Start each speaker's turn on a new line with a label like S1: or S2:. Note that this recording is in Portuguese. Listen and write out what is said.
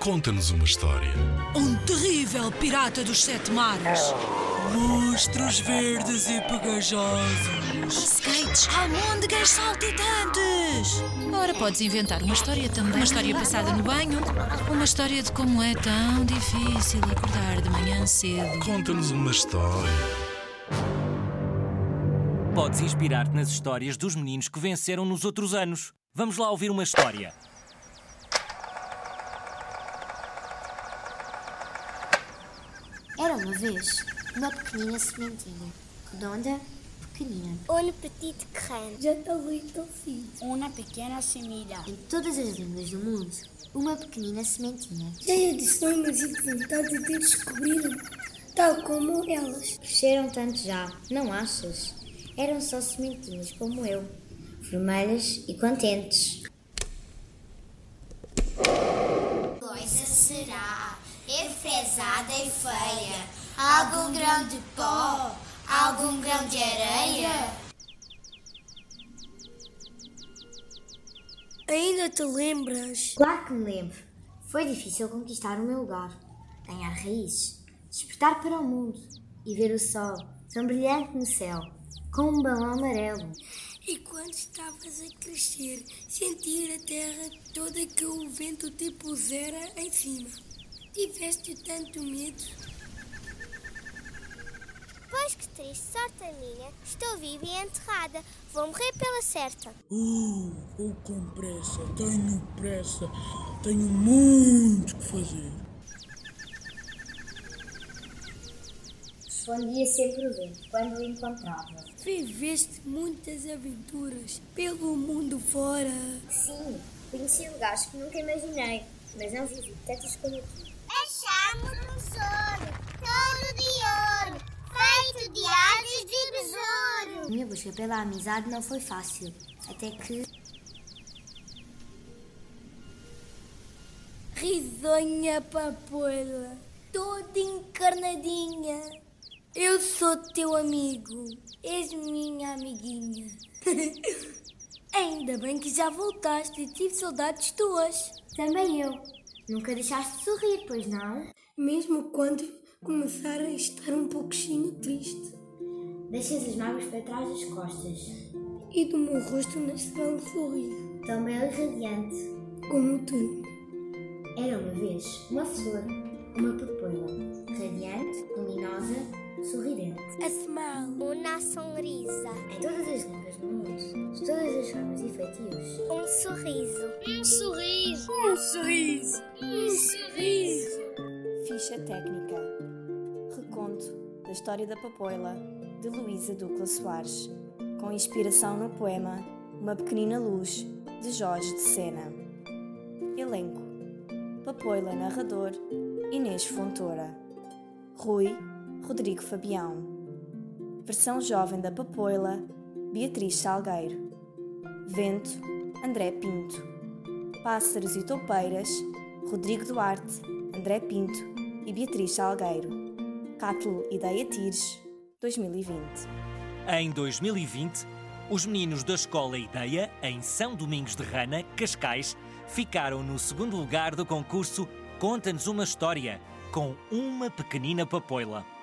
S1: Conta-nos uma história.
S2: Um terrível pirata dos sete mares. Monstros verdes e pegajosos.
S3: Skates, almôndegas saltitantes.
S4: Ora, podes inventar uma história também. Uma história passada no banho. Uma história de como é tão difícil acordar de manhã cedo.
S1: Conta-nos uma história.
S5: Podes inspirar-te nas histórias dos meninos que venceram nos outros anos. Vamos lá ouvir uma história.
S6: Era uma vez uma pequenina sementinha, redonda, pequenina.
S7: Une petite graine. Just a little seed.
S8: Una pequena semilla.
S6: Em todas as línguas do mundo, uma pequenina sementinha.
S7: Cheia de sonhos e de vontade de descobrir, tal como elas.
S6: Cresceram tanto já, não achas? Eram só sementinhas como eu, vermelhas e contentes.
S9: coisa será enfesada e feia? Algum grão de pó? Algum grão de areia?
S7: Ainda te lembras?
S6: Claro que me lembro. Foi difícil conquistar o meu lugar, ganhar raízes, despertar para o mundo e ver o sol tão brilhante no céu, com um balão amarelo.
S7: E quando estavas a crescer, sentir a terra toda que o vento te pusera em cima. Tiveste tanto medo? Pois que triste sorte a minha. Estou viva e enterrada. Vou morrer pela certa.
S10: Uh, vou com pressa, tenho pressa, tenho muito que fazer.
S6: Respondia sempre o vento quando o encontrava.
S7: Viveste muitas aventuras pelo mundo fora.
S6: Sim, conheci lugares que nunca imaginei, mas não vivi tantas como aqui.
S9: Achamos um tesouro, todo de ouro, feito de asas de besouro.
S6: A minha busca pela amizade não foi fácil, até que
S7: Risonha papoila, toda encarnadinha. Eu sou teu amigo, és minha amiguinha. Ainda bem que já voltaste e tive saudades tuas.
S6: também eu. Nunca deixaste de sorrir, pois não?
S7: Mesmo quando começar a estar um pouquinho triste.
S6: Deixas as mágoas para trás das costas,
S7: E do meu rosto nascerá um sorriso,
S6: tão belo e radiante.
S7: como tu.
S6: Era uma vez uma flor, uma purpura, radiante, luminosa, sorridente.
S7: A smile.
S8: Una sonrisa.
S6: Em todas as línguas do mundo, de todas as formas e feitios,
S8: Um sorriso.
S9: Um
S11: Ficha técnica. Reconto da história da papoila de Luísa Ducla Soares, com inspiração no poema Uma pequenina luz de Jorge de Sena. Elenco: Papoila narrador Inês Fontoura. Rui Rodrigo Fabião. Versão jovem da papoila Beatriz Salgueiro. Vento André Pinto. Pássaros e Toupeiras, Rodrigo Duarte, André Pinto e Beatriz Salgueiro. Cátulo Ideia Tires, 2020.
S5: Em 2020, os meninos da Escola Ideia, em São Domingos de Rana, Cascais, ficaram no segundo lugar do concurso Conta-nos uma História, com uma pequenina papoila.